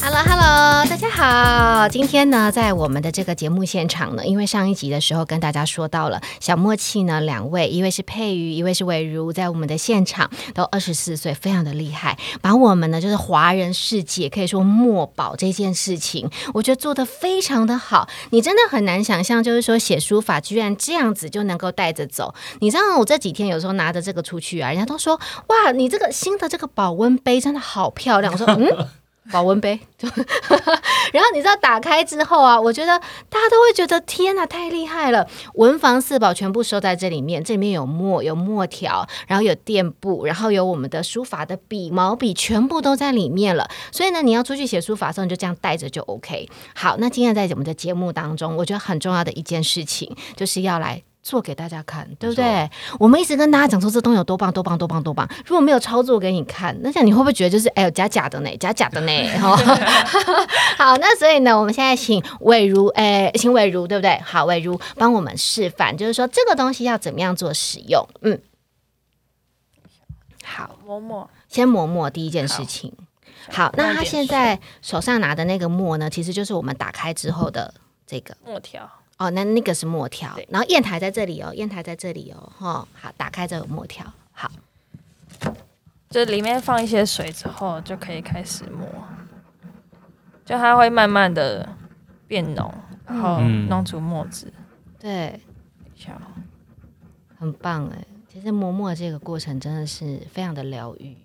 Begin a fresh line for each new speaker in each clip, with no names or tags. Hello，大家好。今天呢，在我们的这个节目现场呢，因为上一集的时候跟大家说到了小默契呢，两位，一位是佩瑜，一位是伟如，在我们的现场都二十四岁，非常的厉害，把我们呢就是华人世界可以说墨宝这件事情，我觉得做的非常的好。你真的很难想象，就是说写书法居然这样子就能够带着走。你知道我这几天有时候拿着这个出去啊，人家都说哇，你这个新的这个保温杯真的好漂亮。我说嗯。保温杯，就然后你知道打开之后啊，我觉得大家都会觉得天哪，太厉害了！文房四宝全部收在这里面，这里面有墨，有墨条，然后有垫布，然后有我们的书法的笔、毛笔，全部都在里面了。所以呢，你要出去写书法的时候，你就这样带着就 OK。好，那今天在我们的节目当中，我觉得很重要的一件事情，就是要来。做给大家看，对不对？我们一直跟大家讲说这东西有多棒，多棒，多棒，多棒。如果没有操作给你看，那这样你会不会觉得就是哎呦假假的呢，假假的呢？ 哈好，那所以呢，我们现在请伟如，哎，请伟如，对不对？好，伟如帮我们示范，就是说这个东西要怎么样做使用。嗯，好，
磨墨，
先磨墨第一件事情。好，那他现在手上拿的那个墨呢，其实就是我们打开之后的这个。
墨条，
哦，那那个是墨条
对，
然后砚台在这里哦，砚台在这里哦，哈、好，打开这个墨条，好，
就里面放一些水之后，就可以开始磨，就它会慢慢的变浓，然后
嗯
弄出墨汁。
对，
等一下哦
很棒哎，其实磨墨这个过程真的是非常的疗愈。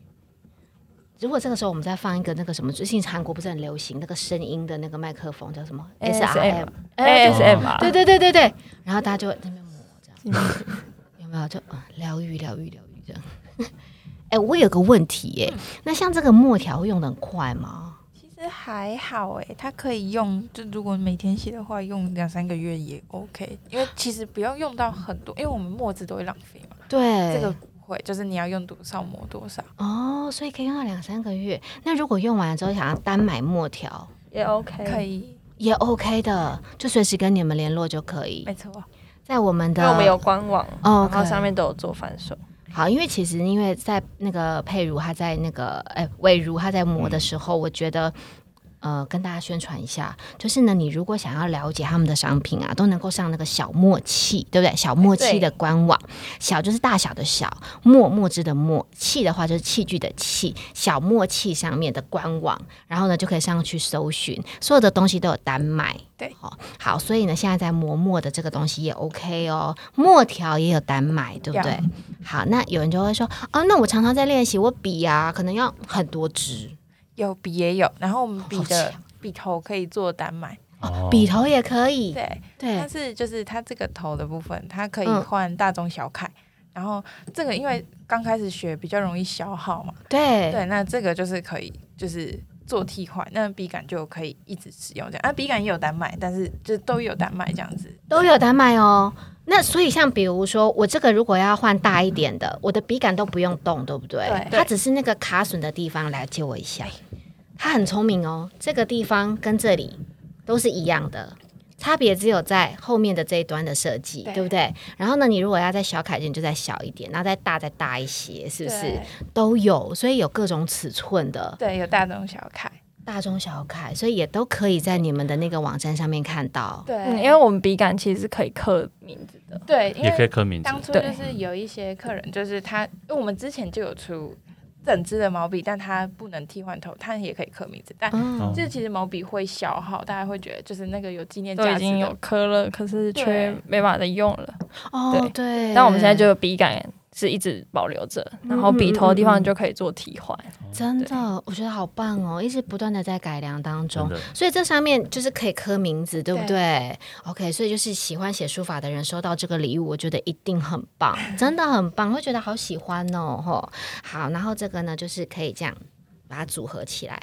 如果这个时候我们再放一个那个什么，最近韩国不是很流行那个声音的那个麦克风叫什么
ASMR
哎
，ASM 啊，
对对对对对，然后大家就会在那边磨这样，有没有？就嗯疗愈疗愈疗愈这样。 哎、我有个问题耶、那像这个墨条会用的很快吗？
其实还好哎，它可以用，就如果每天写的话，用两三个月也 OK，因为其实不用用到很多，因为我们墨汁都会浪费嘛。
对
这个不会，就是你要用多少磨多少。
哦，所以可以用到两三个月。那如果用完了之后想要单买墨条，
也 OK，
可以，
也 OK 的，就随时跟你们联络就可以
没。错。
在我们
因
的
为我们有官网，
哦
然
，OK
后上面都有做反手，
好，因为其实因为在那个佩如她在那个哎魏如她在磨的时候，我觉得。呃，跟大家宣传一下，就是呢，你如果想要了解他们的商品啊，都能够上那个小默契，对不对？小默契的
对
官网，小就是大小的小，墨墨汁的墨，器的话就是器具的器，小默契上面的官网，然后呢就可以上去搜寻，所有的东西都有单卖。
对，
好、好，所以呢，现在在磨墨的这个东西也 OK 哦，墨条也有单买，对不对
要？
好，那有人就会说，哦，那我常常在练习，我笔啊，可能要很多支，
有笔也有，然后我们笔
好
的
强
笔头可以做单买，
哦
笔头也可以，
对，
对
但，是就是它这个头的部分，它可以
嗯
换大中小楷。然后这个因为刚开始学比较容易消耗嘛，
对，
对，那这个就是可以就是做替换，那笔杆就可以一直使用这样。啊，笔杆也有单买，但是就都有单买这样子。
都有单买哦。那所以像比如说，我这个如果要换大一点的，我的笔杆都不用动，对不对？
嗯对
它只是那个卡榫的地方，来借我一下。它很聪明哦，这个地方跟这里都是一样的。差别只有在后面的这一端的设计，对
对
不对？然后呢，你如果要在小楷间就再小一点，然后再大再大一些，是不是
对？
都有，所以有各种尺寸的
对，有大中小楷。
大中小楷，所以也都可以在你们的那个网站上面看到。
对
嗯，因为我们笔杆其实是可以刻名字的，
对，因
也可以
为
刻名字，
当初就是有一些客人，就是他，因为我们之前就有出整支的毛笔，但它不能替换头，它也可以刻名字，但。
嗯
哦
这其实毛笔会消耗，大家会觉得就是那个有纪念
都
价
已
值
经
的
有刻了，可是却
对
没办法再用了。
哦，对。
但我们现在就有笔杆是一直保留着，然后笔头的
嗯
地
嗯嗯
方
嗯
就可以做替换。
真的，我觉得好棒哦，一直不断的在改良当
真
中。
的
所以这上面就是可以刻名字，对不对
对
o k 所以就是喜欢写书法的人收到这个礼物，我觉得一定很 棒，真的很棒，会觉得好喜欢哦，吼。好，然后这个呢，就是可以这样把它组合起来。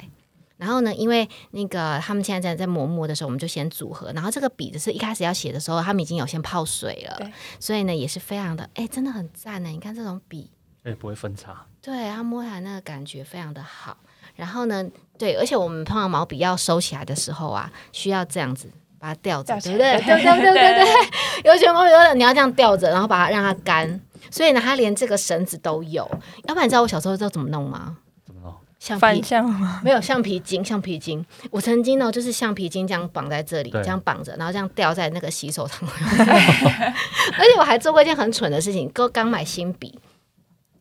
然后呢，因为那个他们现在在在磨墨的时候，我们就先组合。然后这个笔就是一开始要写的时候，他们已经有先泡水了
对，
所以呢也是非常的，哎，真的很赞呢。你看这种笔，
哎、不会分叉，
对，它摸起来那个感觉非常的好。然后呢，对，而且我们碰到毛笔要收起来的时候啊，需要这样子把它吊着，
吊
对
起
不对？
来
对对对对对，有些毛笔都你要这样吊着，然后把它让它干。所以呢，它连这个绳子都有。要不然你知道我小时候知道怎么弄吗？
怎么了？
橡
反
皮
向吗？
没有橡皮筋，橡皮筋。我曾经呢，就是橡皮筋这样绑在这里，
对
这样绑着，然后这样吊在那个洗手堂。 而且我还做过一件很蠢的事情，刚刚买新笔，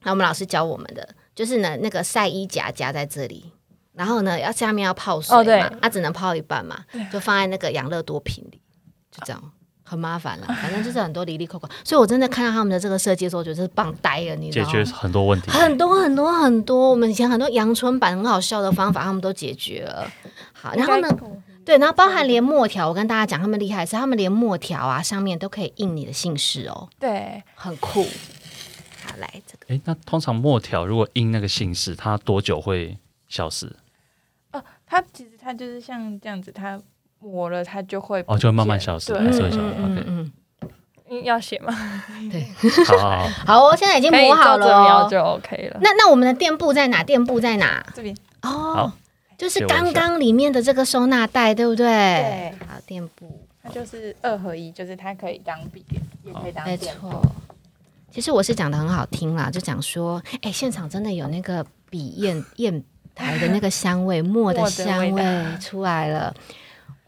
然后我们老师教我们的，就是呢那个晒衣夹夹在这里，然后呢要下面要泡水
哦对
嘛，它、啊只能泡一半嘛，就放在那个养乐多瓶里，就这样。很麻烦了，反正就是很多离离扣扣，所以我真的看到他们的这个设计的时候，我觉得是棒呆了，你知
解
道吗？
决很多问题。
很多很多很多，我们以前很多阳春版很好笑的方法，他们都解决了。好，然后呢？对，然后包含连墨条，我跟大家讲，他们厉害的是他们连墨条啊上面都可以印你的姓氏哦，
对，
很酷。好，来这个
哎，那通常墨条如果印那个姓氏，它多久会消失？
哦，它其实它就是像这样子，它磨了它就会
哦，就会慢慢
不见
消失，
对
还是会消失。
嗯
OK，
嗯
嗯要写吗？
好好好，
嗯，好哦，现在已经
可以
磨好
哎照
了
着描
哦。
就 OK 了。
那那我们的店铺在哪？店铺在哪？
这边
哦
好，
就是
借我一
刚
下
刚里面的这个收纳袋，对不对？
对
好，店铺
它就是二合一，就是它可以当笔，也可以当
没
垫。
错。其实我是讲的很好听啦，就讲说，哎、现场真的有那个笔砚砚台的那个香味，墨的
墨的
香
味
味出来了。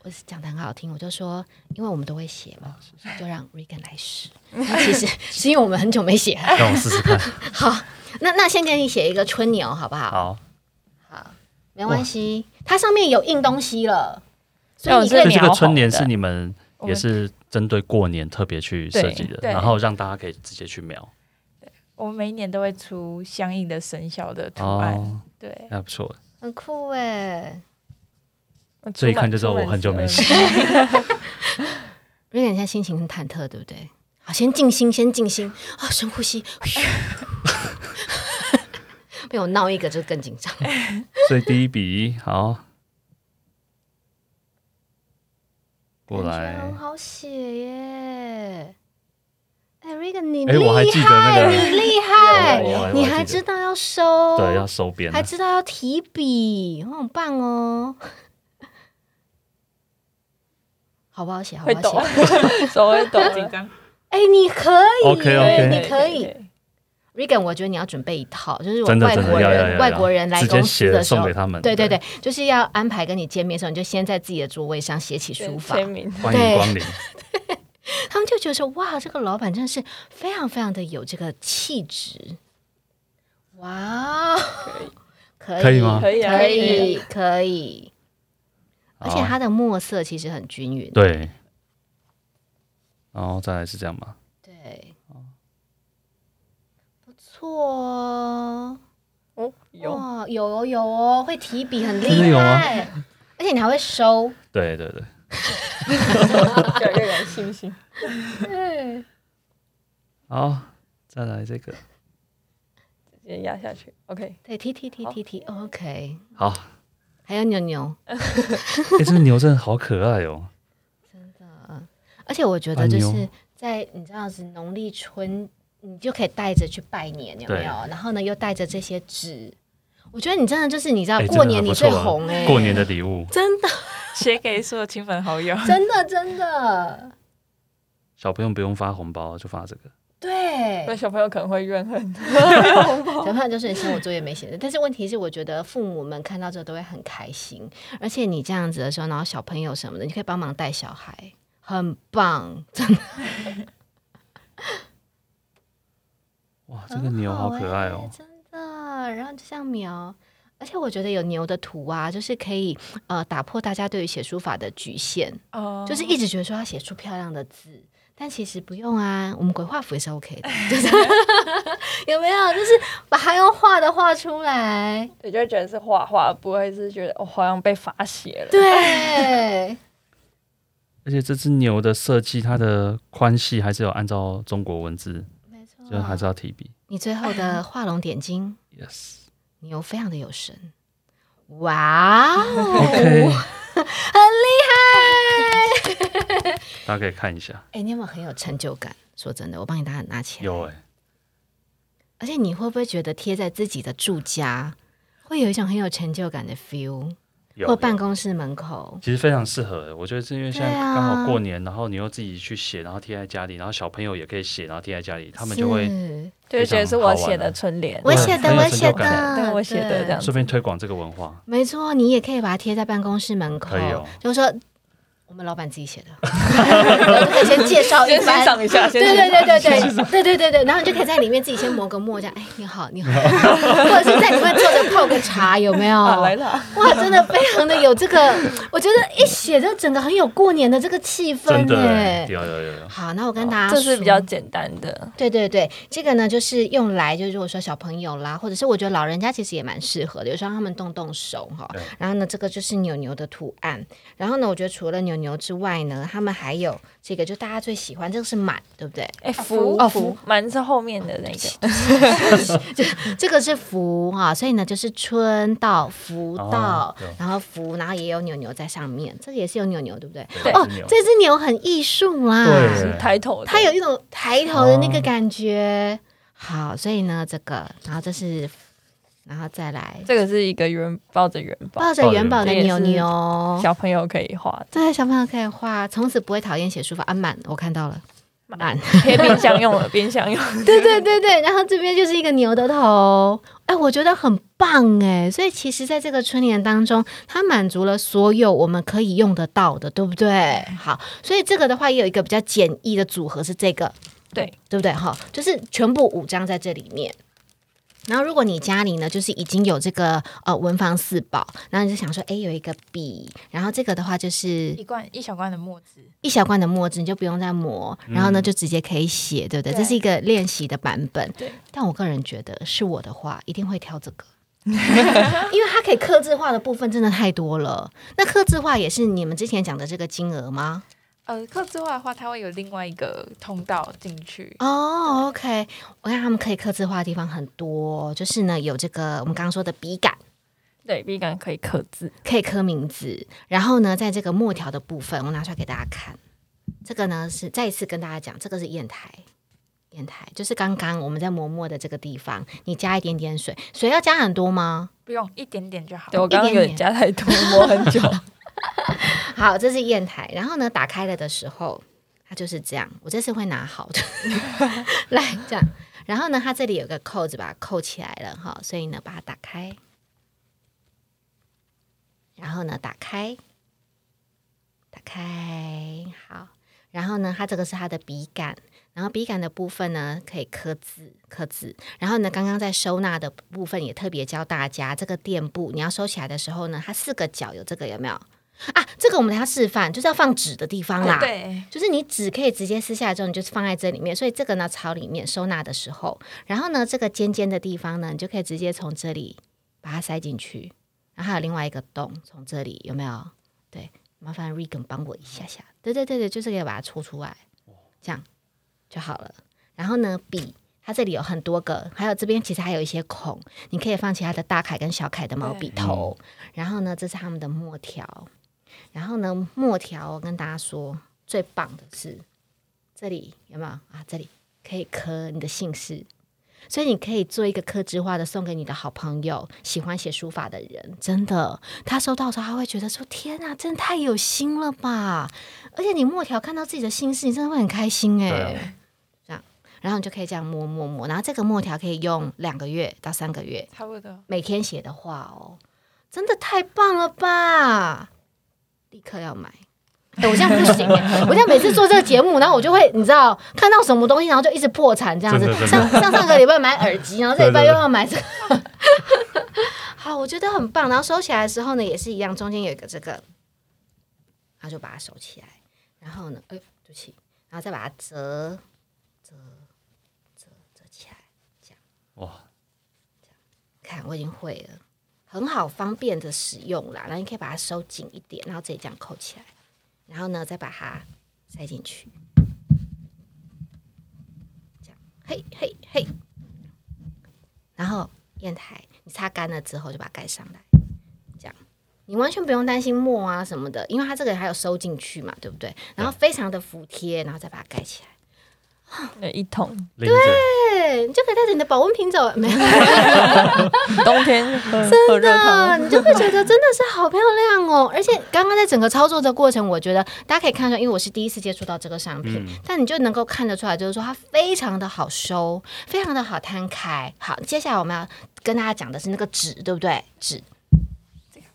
我是讲的很好听，我就说，因为我们都会写嘛，就让 Regan 来试。那其 实是因为我们很久没写了。
让我试试看。
好，那那先给你写一个春牛，好不好？
好，
没关系，它上面有印东西了，
哎
所以
哦
你
这
可
所
以
以这
描
个
红
春联
的
是你们
我
也
们
是针对过年特别去设计的，
对
然后让大家可以直接去描。
我们每一年都会出相应的生肖的图案，
哦，
对，
那不错。
很酷哎。
我
这一
出门
看就知道我很久没 洗。
出门是
瑞典现在心情很忐忑，对不对？好，先静心，先静心啊、深呼吸。哎 被我闹一个就更紧张。
所以第一笔好，过
感觉
来
很。好写耶。哎，Regan，你
哎，我还
厉
记得那
害，
个，
你厉害
我我还，
你还
记得
知道要收，
对，要收边
还
了。
知道要提笔，我很棒哦。 好不好写？好
会
不
抖
好写？，
手会抖了。
紧张，
哎，你可以
OK，OK
你可以。
对
Regan，我觉得你要准备一套，就是我
真的
外
真
国
的要要要
人
要
外国人来
直接
公司
写
的时
送
候
给，他们。
对对对，就是要安排跟你见面的时候，你就先在自己的座位上写起
对
书
对
法，
签名。
欢迎光临。
他们就觉得说哇，这个老板真的是非常非常的有这个气质，哇， 可以
可以吗
可以啊
可
可
以
以
可以，而且
好啊
它的墨色其实很均匀，
对，然后再来是这样吧。
对，不错哦。
哦，有
哇，有哦有哦，会提笔很
真的
厉
有啊吗
害，而且你还会收。
对对对，
越来越有信心。
对，
好，再来这个。
直接压下去。OK，
对，提提提提提，OK。哦
好，
还有牛牛，
哎，这个牛真的好可爱 哦。
真的，而且我觉得就
啊
是
牛
在你这样子农历春，你就可以带着去拜年，有没
对
有？然后呢，又带着这些纸，我觉得你真的就是你知道，
哎，
过
真的
年
很
你
不错
最
啊
红哎，
过年的礼物，
真的
写给所有亲朋好友。
真的真的，
小朋友不用发红包，就发这个。
对
那，小朋友可能会怨恨。
小朋友就是你像我作业没写的，但是问题是，我觉得父母们看到这都会很开心，而且你这样子的时候，然后小朋友什么的，你可以帮忙带小孩，很棒，真的
哇，这个牛好可爱
很
哦
好欸。真的。然后就像苗，而且我觉得有牛的图啊，就是可以呃打破大家对于写书法的局限，
哦
就是一直觉得说要写出漂亮的字。但其实不用啊，我们鬼画符也是 OK 的，就是有没有？就是把它用画的画出来，
对，就会觉得是画画，不会是觉得哦，好像被罚写了。
对，
而且这只牛的设计，它的宽细还是有按照中国文字，
没错，
就是还是要提笔。
你最后 的画龙点睛，
Yes。
牛非常的有神，哇 哦，
OK，
很厉害！
大家可以看一下。
哎、你有没有很有成就感？说真的，我帮你拿拿起来，
有哎，
而且你会不会觉得贴在自己的住家，会有一种很有成就感的 feel？ 或
有
者办公室门口。
其实非常适合欸，我觉得是因为现在
对啊
刚好过年，然后你又自己去写，然后贴在家里，然后小朋友也可以写，然后贴在家里，他们就会
是
就是觉得是我写
非常好玩啊
的春联，
我
对
写的，
很有
我
成
写
就感
的，
对我写的
对
这样子
顺便推广这个文化。
没错，你也可以把它贴在办公室门口，
可以哦
就是说我们老板自己写的， 然后就可以先介
嗯
绍一
先欣
番。
赏一下，
对
先欣赏
对对对对对对对对，然后你就可以在里面自己先磨个墨，这样，哎，你好，你好，或者是在里面坐着泡个茶，有没有？
啊来了，
哇，真的非常的有这个，我觉得一写就整个很有过年的这个气
真
氛
的欸，
耶。
有有有有，
好，那我跟大家
啊这是
说
比较简单的，
对对对，这个呢就是用来，就是如果说小朋友啦，或者是我觉得老人家其实也蛮适合的，有时候让他们动动手哈
对。
然后呢，这个就是牛牛的图案。然后呢，我觉得除了牛牛之外呢，他们还有这个，就大家最喜欢这个是满，对不对？
哎，福
哦福
福蛮是后面的那个，
这个是福哈、所以呢就是春到福到，
哦对
然后福，然后也有牛牛在上面，这个也是有牛牛，对不对？
对
哦
是牛，
这只牛很艺术啦，
对
抬头的，
它有一种抬头的那个感觉。好，所以呢，这个，然后这是，然后再来
这个是一个元抱着元宝，
抱着元宝的牛牛，
小朋友可以画的，
对，小朋友可以画，从此不会讨厌写书法啊。满，我看到了，满，
贴冰箱用的，冰箱用的，
对对对对，然后这边就是一个牛的头，哎，我觉得很棒哎。所以其实，在这个春联当中，它满足了所有我们可以用得到的，对不对？好，所以这个的话也有一个比较简易的组合是这个，
对，
对不对？哈，就是全部五张在这里面。然后，如果你家里呢，就是已经有这个呃文房四宝，然后你就想说，哎，有一个笔，然后这个的话就是
一罐一小罐的墨汁，
一小罐的墨汁，你就不用再磨，然后呢就直接可以写，对不对？
对
这是一个练习的版本。
对，
但我个人觉得是我的话，一定会挑这 个。因为它可以刻字化的部分真的太多了。那刻字化也是你们之前讲的这个金额吗？
呃，刻字化的话，它会有另外一个通道进去。
哦、o k 我看他们可以刻字化的地方很多，就是呢有这个我们刚刚说的笔杆，
对，笔杆可以刻字，
可以刻名字，然后呢，在这个墨条的部分，我拿出来给大家看。这个呢是再一次跟大家讲，这个是砚台，砚台就是刚刚我们在磨墨的这个地方，你加一点点水，水要加很多吗？
不用一点点就好
对。我刚刚有点加太多，磨很久，
好，这是砚台，然后呢，打开了的时候，它就是这样。我这次会拿好的 来这样，然后呢，它这里有个扣子，把它扣起来了哈，所以呢，把它打开，然后呢，打开，打开，好，然后呢，它这个是它的笔杆。然后笔杆的部分呢，可以刻字，刻字。然后呢，刚刚在收纳的部分也特别教大家，这个垫布你要收起来的时候呢，它四个角有这个有没有？啊，这个我们等一下示范，就是要放纸的地方啦。，
对，
就是你纸可以直接撕下来之后，你就放在这里面。所以这个呢，朝里面收纳的时候，然后呢，这个尖尖的地方呢，你就可以直接从这里把它塞进去。然后还有另外一个洞，从这里有没有？对，麻烦 Regan 帮我一下下。对对对对，就是要把它戳出来，这样就好了。然后呢，笔。它这里有很多个，还有这边其实还有一些孔，你可以放其他的大楷跟小楷的毛笔头。然后呢，这是他们的墨条。然后呢，墨条我跟大家说，最棒的是这里有没有啊？这里可以刻你的姓氏，所以你可以做一个刻字化的送给你的好朋友，喜欢写书法的人，真的，他收到的时候他会觉得说：“天啊，真的太有心了吧！”而且你墨条看到自己的姓氏，你真的会很开心哎、
对啊
这样，然后你就可以这样摸摸摸，然后这个墨条可以用两个月到三个月，
差不多。
每天写的话哦，真的太棒了吧！立刻要 买。哎我这样不行哎，我这样每次做这个节目，然后我就会你知道看到什么东西，然后就一直破产这样子
真的。真
上
的
上上个礼拜买耳机，然后这礼拜
对
又
对对
要买这个。 好，我觉得很棒。然后收起来的时候呢，也是一样，中间有一个这个，然后就把它收起来。然后呢，哎、对不起，然后再把它折折折折起来。
哇，
看我已经会了，很好方便的使用啦。然后你可以把它收紧一点，然后直接这样扣起来，然后呢再把它塞进去，这样嘿嘿嘿。然后砚台你擦干了之后就把它盖上来，这样你完全不用担心墨啊什么的，因为它这个还有收进去嘛，对不对？然后非常的服帖，然后再把它盖起来。
对一桶
拎着，
对对，你就可以带着你的保温瓶走，没有，
冬天喝热
那
汤，
你就会觉得真的是好漂亮哦。而且刚刚在整个操作的过程，我觉得大家可以看出来，因为我是第一次接触到这个商品，
嗯
但你就能够看得出来，就是说它非常的好收，非常的好摊开。好，接下来我们要跟大家讲的是那个纸，对不对？纸，这个，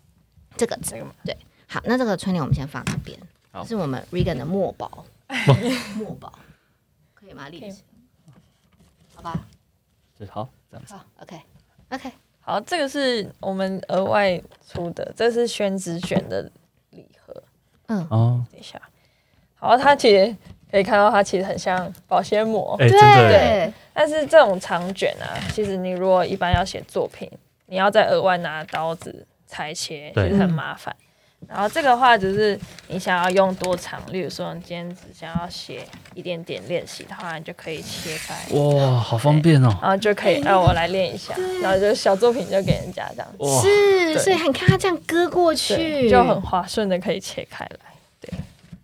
这个
这个吗
对。好，那这个春联我们先放这边，
好
这是我们 Regan 的墨宝，墨宝可以吗？丽
可以
姐，好吧，
对，好，这样子。
好，OK，OK。OK
哎
好，这个是我们额外出的，这是宣纸卷的礼盒。
哦，
等一下，好，它其实可以看到，它其实很像保鲜膜，
哎，真的耶，
但是这种长卷啊，其实你如果一般要写作品，你要再额外拿刀子裁切，其
对
实很麻烦。然后这个的话，只是你想要用多长，例如说你今天只想要写一点点练习的话，你就可以切开，
哇，好方便哦，
然后就可以哎让我来练一下，然后就小作品就给人家这样，
哇，
是，
对
所以你看它这样割过去，
对，就很，滑顺的可以切开来，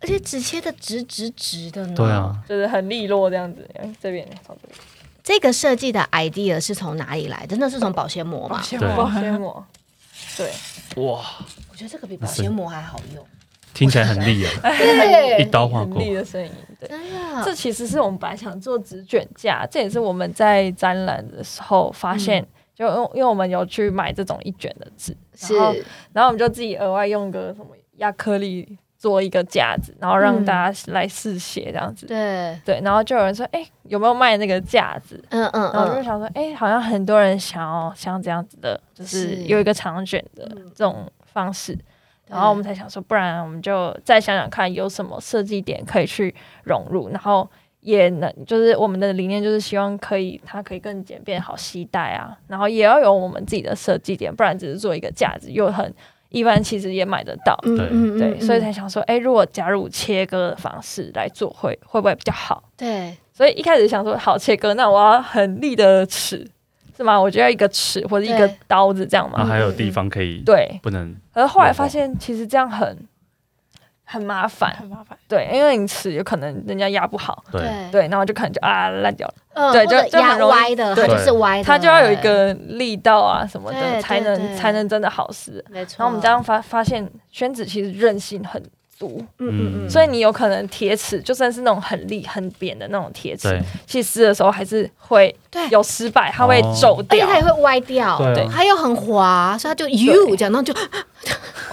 而且纸切的直直直的呢。
对，啊，
就是很利落这样子。这边从这边
这个设计的 idea 是从哪里来的？那是从保鲜膜嘛？
鲜
对
保鲜膜，对，
哇，
我觉得这个比保鲜膜还好用。
听起来很厉害，一
对，
刀划
很
过，
利的声音，对。
真的，
这其实是我们本来想做纸卷架，这也是我们在展览的时候发
嗯
现，就因为因为我们有去买这种一卷的纸，
是
然后然后我们就自己额外用个什么亚克力做一个架子，然后让
嗯
大家来试写这样子。
对，
对，然后就有人说，哎、有没有卖那个架子？
嗯嗯
然后我就
嗯，
想说，哎、好像很多人想要像这样子的，就是
是
有一个长卷的
嗯
这种方式。
对
然后我们才想说，不然我们就再想想看有什么设计点可以去融入，然后也能就是我们的理念就是希望可以它可以更简便好携带啊，然后也要有我们自己的设计点，不然只是做一个架子又很一般，其实也买得到。
嗯
对
嗯
对，
嗯
所以
嗯
才想说，哎、如果加入切割的方式来做会，会不会比较好？
对，
所以一开始想说，好切割，那我要很利的尺是吗？我就要一个尺或者一个
对
刀子这样
然后
嗯
嘛。
还有地方可以
对，
不能
可是后来发现，其实这样很很麻烦，
嗯
很麻烦。
对，因为你尺有可能人家压不好，
哎
对，
对，然后就可能就啊烂掉了，
嗯，
对
或者
就就很
压
容易
歪的，它
对
就是歪的，
它就要有一，个力道啊什么
哎对
的，才
对对
能才能真的好撕。
没错。
然后我们这，样发发现，宣纸其实韧性很足，
嗯嗯嗯，
所以你有可能铁尺，就算是那种很利很扁的那种铁尺
对，
其实撕的时候还是会
对
有失败，它会皱
哦而且
掉
它。也会歪掉，
对啊对
它又很滑，所以它就 U 这样，然后就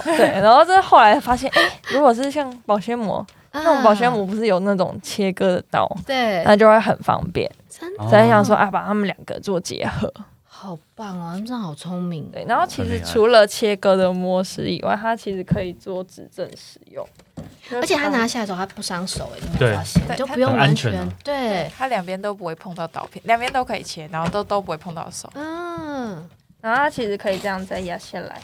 对，然后这后来发现，哎，如果是像保鲜膜，那种保鲜，
啊
膜不是有那种切割的刀，
对，
那就会很方便。
真
哦
所以想说啊，把它们两个做结合。
好棒哦，他们真的好聪明。
对，然后其
很
实
厉害
除了切割的模式以外，它其实可以做指正使用，
而且他拿下来的时候，他不伤手哎，你有没有
对
发现
对
就不用
很
完
安全
全
啊
对，
它两边都不会碰到刀片，两边都可以切，然后都都不会碰到手。
嗯，
然后它其实可以这样再压下来，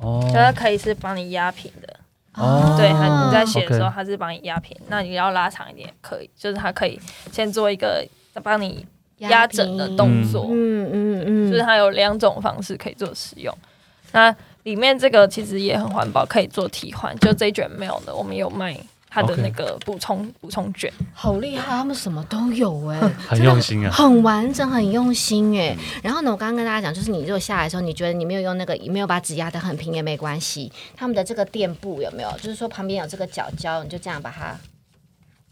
就是
哦
可以是帮你压平的。
啊
哦
对，它你在写的时候，
OK
它是帮你压平，那你要拉长一点也可以，就是它可以先做一个帮你压整的动作，
嗯嗯嗯，
就是它有两种方式可以做使用。那里面这个其实也很环保，可以做替换，就这一卷没有的，我们有卖它的
OK
那个补充补充卷。
好厉害，他们什么都有 哎，
很用心啊，
很完整，很用心哎。然后呢，我刚刚跟大家讲，就是你如果下来的时候，你觉得你没有用那个，没有把纸压得很平也没关系，他们的这个垫布有没有？就是说旁边有这个角胶，你就这样把它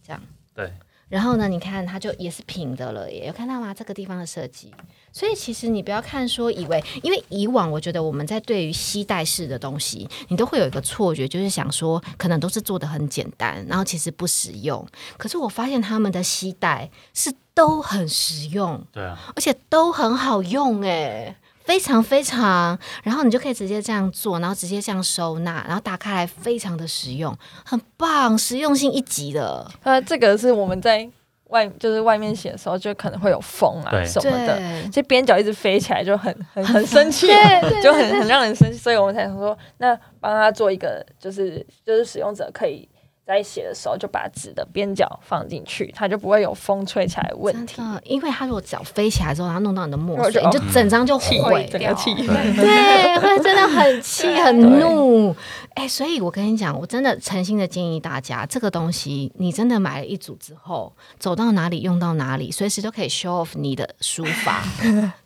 这样。
对。
然后呢，你看它就也是平的了耶，有看到吗？这个地方的设计。所以其实你不要看说以为，因为以往我觉得我们在对于吸带式的东西，你都会有一个错觉，就是想说可能都是做的很简单，然后其实不实用。可是我发现他们的吸带是都很实用，
对啊，
而且都很好用哎。非常非常，然后你就可以直接这样做，然后直接这样收纳，然后打开来非常的实用，很棒，实用性一级的。
那这个是我们在外就是外面写的时候，就可能会有风啊
对
什
对
么的，这边角一直飞起来就很很很生气，
对
就很很让人生气，所以我们才想说，那帮他做一个就是就是使用者可以。在写的时候就把纸的边角放进去，它就不会有风吹起来的问
真
题。
的，因为它如果脚飞起来之后，然后弄到你的墨
我
水，
就哦
你就整张就
气
啊
毁
整
掉
个，气，
对，会真的很气很怒。哎、所以我跟你讲，我真的诚心的建议大家，这个东西你真的买了一组之后，走到哪里用到哪里，随时都可以 show off 你的书法，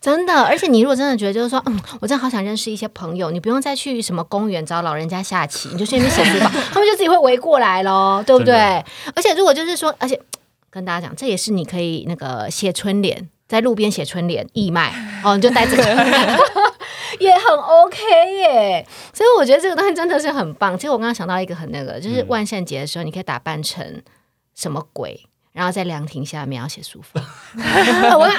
真的。而且你如果真的觉得就是说，嗯，我真的好想认识一些朋友，你不用再去什么公园找老人家下棋，你就去那边写 书法，他们就自己会围过来咯，对不对
真的？
而且如果就是说，而且跟大家讲，这也是你可以那个写春联。在路边写春联义卖哦，你就带这个 也很 OK 耶。所以我觉得这个东西真的是很棒。其实我刚刚想到一个很那个，就是万圣节的时候，你可以打扮成什么鬼，然后在凉亭下面要写书法。 我看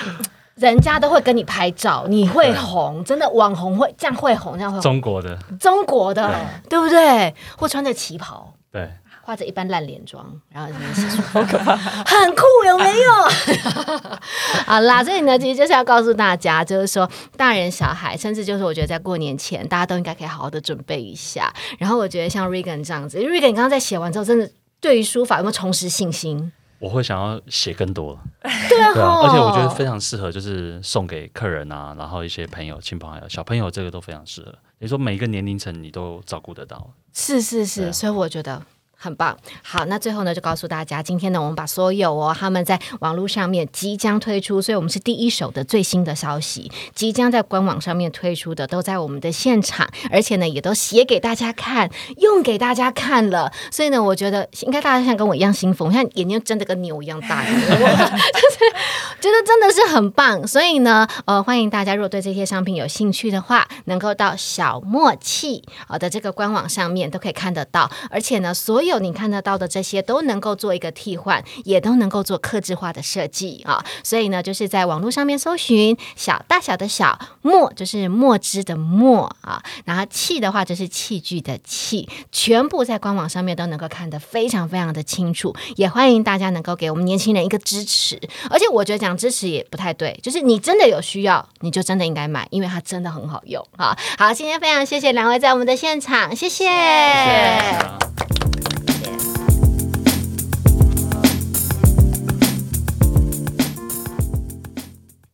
人家都会跟你拍照，你会红，真的网红会这样会红，这样会红。
中国的，
中国的对不对？或穿着旗袍，
对，
画着一般烂脸妆，然后在那边写书法，很酷，有没有？ 好啦，所以呢，其实就是要告诉大家，就是说大人小孩，甚至就是我觉得在过年前，大家都应该可以好好的准备一下。然后我觉得像 Regan 这样子，Regan 你刚刚在写完之后，真的对于书法有没有重拾信心？
我会想要写更多，
对啊
对啊，
吼
而且我觉得非常适合，就是送给客人啊，然后一些朋友、亲朋好友、小朋友，这个都非常适合。你说每一个年龄层你都照顾得到，
是是
对
是，
啊
所以我觉得。很棒，好，那最后呢，就告诉大家，今天呢，我们把所有哦他们在网络上面即将推出，所以我们是第一手的最新的消息，即将在官网上面推出的，都在我们的现场，而且呢，也都写给大家看，用给大家看了，所以呢，我觉得应该大家像跟我一样兴奋，我现在眼睛真的跟牛一样大，你知道吗觉得真的是很棒，所以呢，呃，欢迎大家如果对这些商品有兴趣的话，能够到小默契好的这个官网上面都可以看得到，而且呢，所有你看得到的这些都能够做一个替换，也都能够做克制化的设计啊、所以呢，就是在网络上面搜寻“小大小的小墨”，就是墨汁的墨啊，然后器的话就是器具的器，全部在官网上面都能够看得非常非常的清楚，也欢迎大家能够给我们年轻人一个支持。而且我觉得讲支持也不太对，就是你真的有需要，你就真的应该买，因为它真的很好用啊。好，今天非常谢谢两位在我们的现场，谢谢
对啊